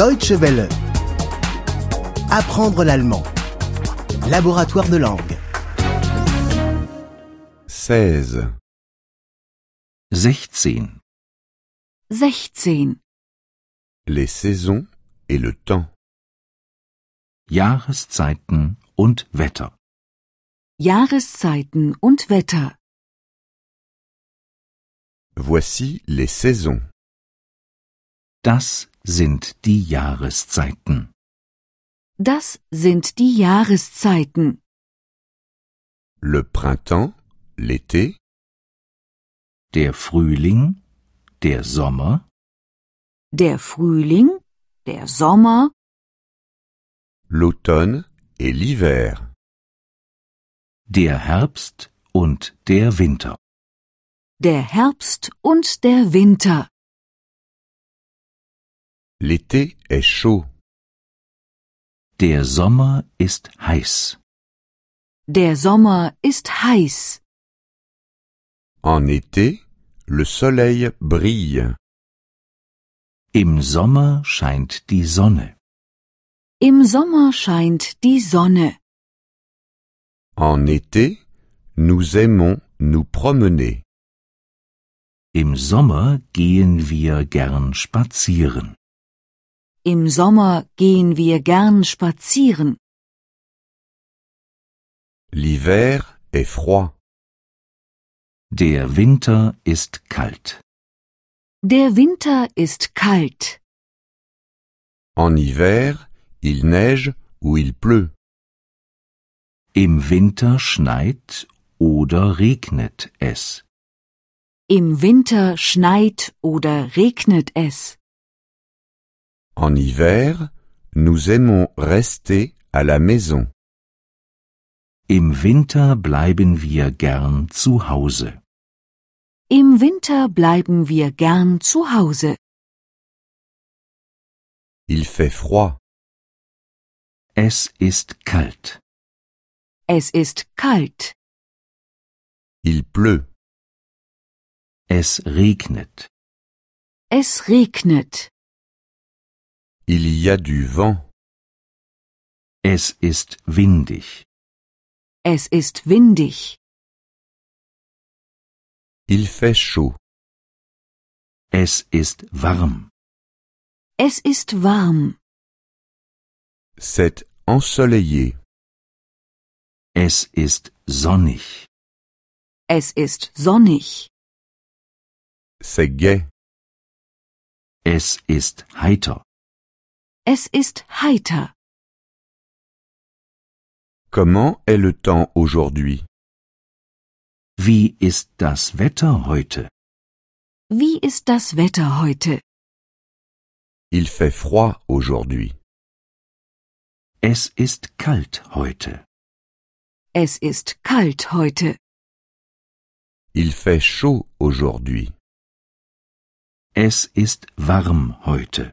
Deutsche Welle. Apprendre l'allemand. Laboratoire de langue. 16. 16. 16. Les saisons et le temps. Jahreszeiten und Wetter. Jahreszeiten und Wetter. Voici les saisons. Das sind die Jahreszeiten. Das sind die Jahreszeiten. Le printemps, l'été, Der Frühling, der Sommer, Der Frühling, der Sommer, l'automne et l'hiver. der Herbst und der Winter. der Herbst und der Winter. L'été est chaud. Der Sommer ist heiß. Der Sommer ist heiß. En été, le soleil brille. Im Sommer scheint die Sonne. Im Sommer scheint die Sonne. En été, nous aimons nous promener. Im Sommer gehen wir gern spazieren. Im Sommer gehen wir gern spazieren. L'hiver est froid. Der Winter ist kalt. Der Winter ist kalt. En hiver, il neige ou il pleut. Im Winter schneit oder regnet es. Im Winter schneit oder regnet es. En hiver, nous aimons rester à la maison. Im Winter bleiben wir gern zu Hause. Im Winter bleiben wir gern zu Hause. Il fait froid. Es ist kalt. Es ist kalt. Il pleut. Es regnet. Es regnet. Il y a du vent. Es ist windig. Es ist windig. Il fait chaud. Es ist warm. Es ist warm. C'est ensoleillé. Es ist sonnig. Es ist sonnig. C'est gai. Es ist heiter. Es ist heiter. Comment est le temps aujourd'hui Wie ist das Wetter heute? Wie ist das Wetter heute? Il fait froid aujourd'hui. Es ist kalt heute. Es ist kalt heute. Il fait chaud aujourd'hui. Es ist warm heute.